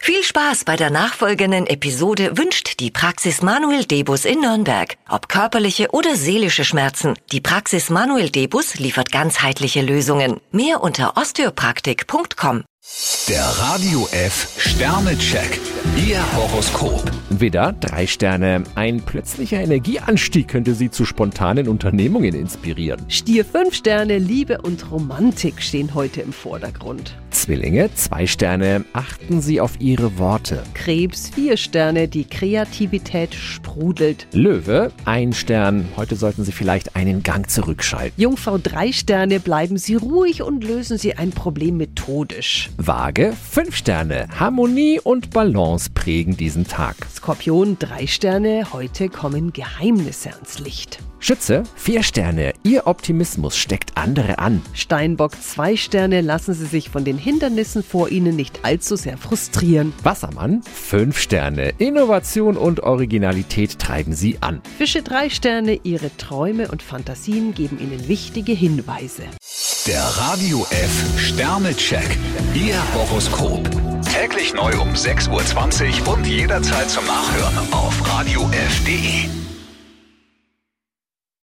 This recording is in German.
Viel Spaß bei der nachfolgenden Episode wünscht die Praxis Manuel Debus in Nürnberg. Ob körperliche oder seelische Schmerzen, die Praxis Manuel Debus liefert ganzheitliche Lösungen. Mehr unter osteopraktik.com. Der Radio F Sternecheck. Ihr Horoskop. Widder, drei Sterne. Ein plötzlicher Energieanstieg könnte Sie zu spontanen Unternehmungen inspirieren. Stier 5 Sterne, Liebe und Romantik stehen heute im Vordergrund. Zwillinge, zwei Sterne. Achten Sie auf Ihre Worte. Krebs 4 Sterne, die Kreativität sprudelt. Löwe, ein Stern. Heute sollten Sie vielleicht einen Gang zurückschalten. Jungfrau 3 Sterne, bleiben Sie ruhig und lösen Sie ein Problem methodisch. Waage, fünf Sterne. Harmonie und Balance prägen diesen Tag. Skorpion 3 Sterne, heute kommen Geheimnisse ans Licht. Schütze, vier Sterne. Ihr Optimismus steckt andere an. Steinbock 2 Sterne, lassen Sie sich von den Hindernissen vor Ihnen nicht allzu sehr frustrieren. Wassermann, fünf Sterne. Innovation und Originalität treiben Sie an. Fische 3 Sterne, Ihre Träume und Fantasien geben Ihnen wichtige Hinweise. Der Radio F Sternecheck. Ihr Horoskop. Täglich neu um 6.20 Uhr und jederzeit zum Nachhören auf Radio radiof.de.